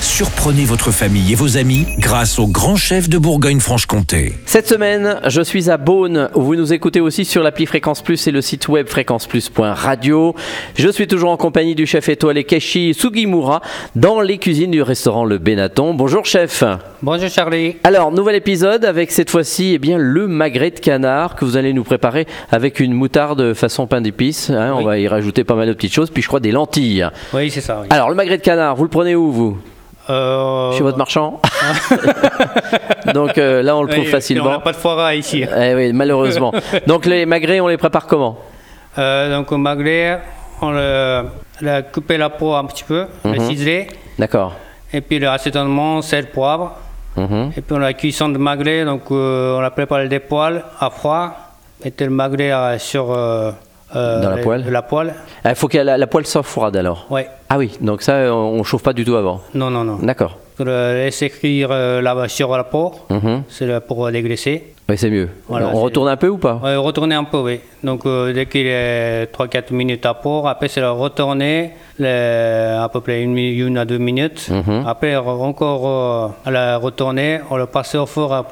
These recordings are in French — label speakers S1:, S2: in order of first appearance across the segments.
S1: Surprenez votre famille et vos amis grâce au grand chef de Bourgogne-Franche-Comté.
S2: Cette semaine, je suis à Beaune. où Vous nous écoutez aussi sur l'appli Fréquence Plus et le site web fréquenceplus.radio. Je suis toujours en compagnie du chef étoilé Kashi Sugimura dans les cuisines du restaurant Le Bénaton. Bonjour chef.
S3: Bonjour Charlie.
S2: Alors, nouvel épisode avec cette fois-ci eh bien le magret de canard que vous allez nous préparer avec une moutarde façon pain d'épices. hein. On
S3: Oui.
S2: va y rajouter pas mal de petites choses, puis je crois des lentilles.
S3: Oui, c'est ça. oui.
S2: Alors, le magret de canard, vous le prenez où vous
S3: Euh,
S2: Chez votre marchand Donc euh, là, on le
S3: oui,
S2: trouve facilement.
S3: On n'a pas de foire ici.
S2: Eh oui, malheureusement. Donc les magrets, on les prépare comment
S3: Euh, donc, au magret, on le, le couper la peau un petit peu, le
S2: Mhm.
S3: ciseler,
S2: D'accord.
S3: et puis le acétonement, sel, poivre.
S2: Mhm.
S3: Et puis, on a la cuisson de magret, donc euh, on la prépare des poils à froid. Mettez le magret euh, sur euh, euh,
S2: Dans la
S3: le-
S2: poêle
S3: la poêle.
S2: Il Eh, faut que la, la poêle soit froide alors.
S3: Ouais.
S2: Ah oui, donc ça, euh, on chauffe pas du tout avant.
S3: Non, non, non.
S2: D'accord.
S3: Faut Le laisser cuire euh, là-bas sur la peau,
S2: Mhm.
S3: c'est là pour euh, dégraisser.
S2: Oui, c'est mieux.
S3: Voilà,
S2: on
S3: c'est-
S2: retourne un peu ou pas
S3: Ouais, retourner un peu, oui. Donc, euh, dès qu'il est 3-4 minutes à pour, après, c'est le retourner le- à peu près une, mi- une à deux minutes.
S2: Mhm.
S3: Après, re- encore euh, à la retourner, on le passe au four euh,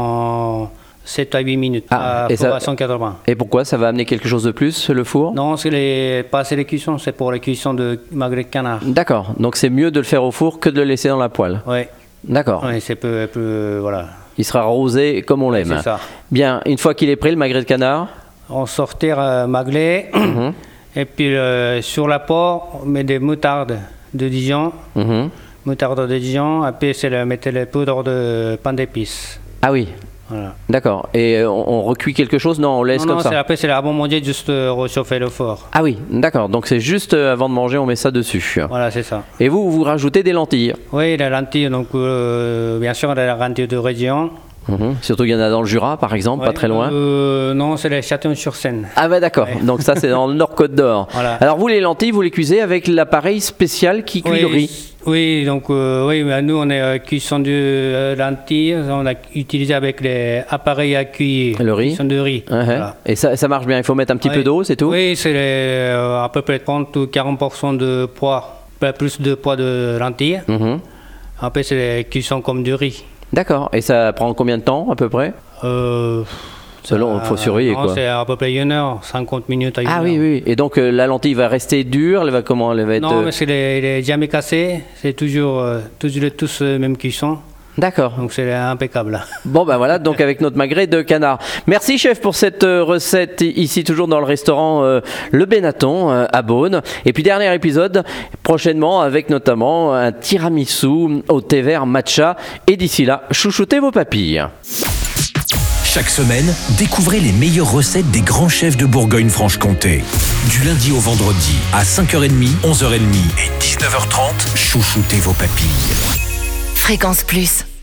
S3: pendant 7 à 8 minutes
S2: Ah,
S3: à,
S2: et
S3: four
S2: ça-
S3: à 180.
S2: Et pourquoi Ça va amener quelque chose de plus, le four
S3: Non, c'est les, pas assez les cuissons, c'est pour les cuissons de magret de canard.
S2: D'accord. Donc c'est mieux de le faire au four que de le laisser dans la poêle.
S3: Oui,
S2: D'accord.
S3: Ouais, c'est peu, peu- voilà.
S2: Il sera rosé comme on l'aime.
S3: C'est ça.
S2: Bien, une fois qu'il est prêt, le magret de canard.
S3: On sortir euh, maglet,
S2: Mhm.
S3: et puis euh, sur la peau, on met des moutardes de Dijon.
S2: Mhm.
S3: Moutarde de Dijon, après c'est le, mettez le poudre de pain d'épices.
S2: Ah oui,
S3: Voilà.
S2: d'accord. Et euh, on, on recuit quelque chose Non, on laisse
S3: non,
S2: comme
S3: non,
S2: ça.
S3: c'est- après c'est avant de manger, juste euh, réchauffer le fort.
S2: Ah oui, d'accord. Donc c'est juste euh, avant de manger, on met ça dessus.
S3: Voilà, c'est ça.
S2: Et vous, vous rajoutez des lentilles.
S3: Oui, la lentille, donc euh, bien sûr, la lentille de région.
S2: Mhm. Surtout qu'il y en a dans le Jura, par exemple, pas
S3: Ouais,
S2: très loin.
S3: euh, Non, c'est les châtaignes sur Seine.
S2: Ah bah d'accord, donc ça c'est dans le Nord Côte d'Or.
S3: Voilà.
S2: Alors vous les lentilles, vous les cuisez avec l'appareil spécial qui cuit le riz.
S3: Oui, oui, donc euh, oui, mais nous on est euh, cuisson de euh, lentilles, on a utilisé avec les appareils à cuire.
S2: Le riz
S3: Cuisson de riz.
S2: Hein, hein.
S3: voilà.
S2: Et ça, ça marche bien, il faut mettre un petit peu
S3: Oui.
S2: d'eau, c'est tout
S3: Oui, c'est euh, à peu près 30 ou 40% de poids, pas plus de poids de lentilles.
S2: Mhm.
S3: Après, c'est les cuissons comme du riz.
S2: D'accord, et ça prend combien de temps à peu près
S3: Euh,
S2: Selon,
S3: euh,
S2: faut surveiller
S3: non,
S2: quoi.
S3: C'est à peu près une heure, 50 minutes à une
S2: Ah
S3: heure.
S2: oui, oui, oui. et donc euh, la lentille va rester dure, elle va comment Elle va être...
S3: Non,
S2: euh,
S3: mais c'est les, les jamais cassés, c'est toujours, euh, toujours tous les mêmes cuissons,
S2: D'accord.
S3: donc c'est impeccable.
S2: Bon ben voilà, donc avec notre magret de canard. Merci chef pour cette euh, recette i- ici toujours dans le restaurant euh, Le Bénaton euh, à Beaune. Et puis dernier épisode prochainement avec notamment un tiramisu au thé vert matcha. Et d'ici là, chouchoutez vos papilles.
S1: Chaque semaine, découvrez les meilleures recettes des grands chefs de Bourgogne-Franche-Comté. Du lundi au vendredi, à 5h30, 11h30 et 19h30, chouchoutez vos papilles.
S4: Fréquence Plus.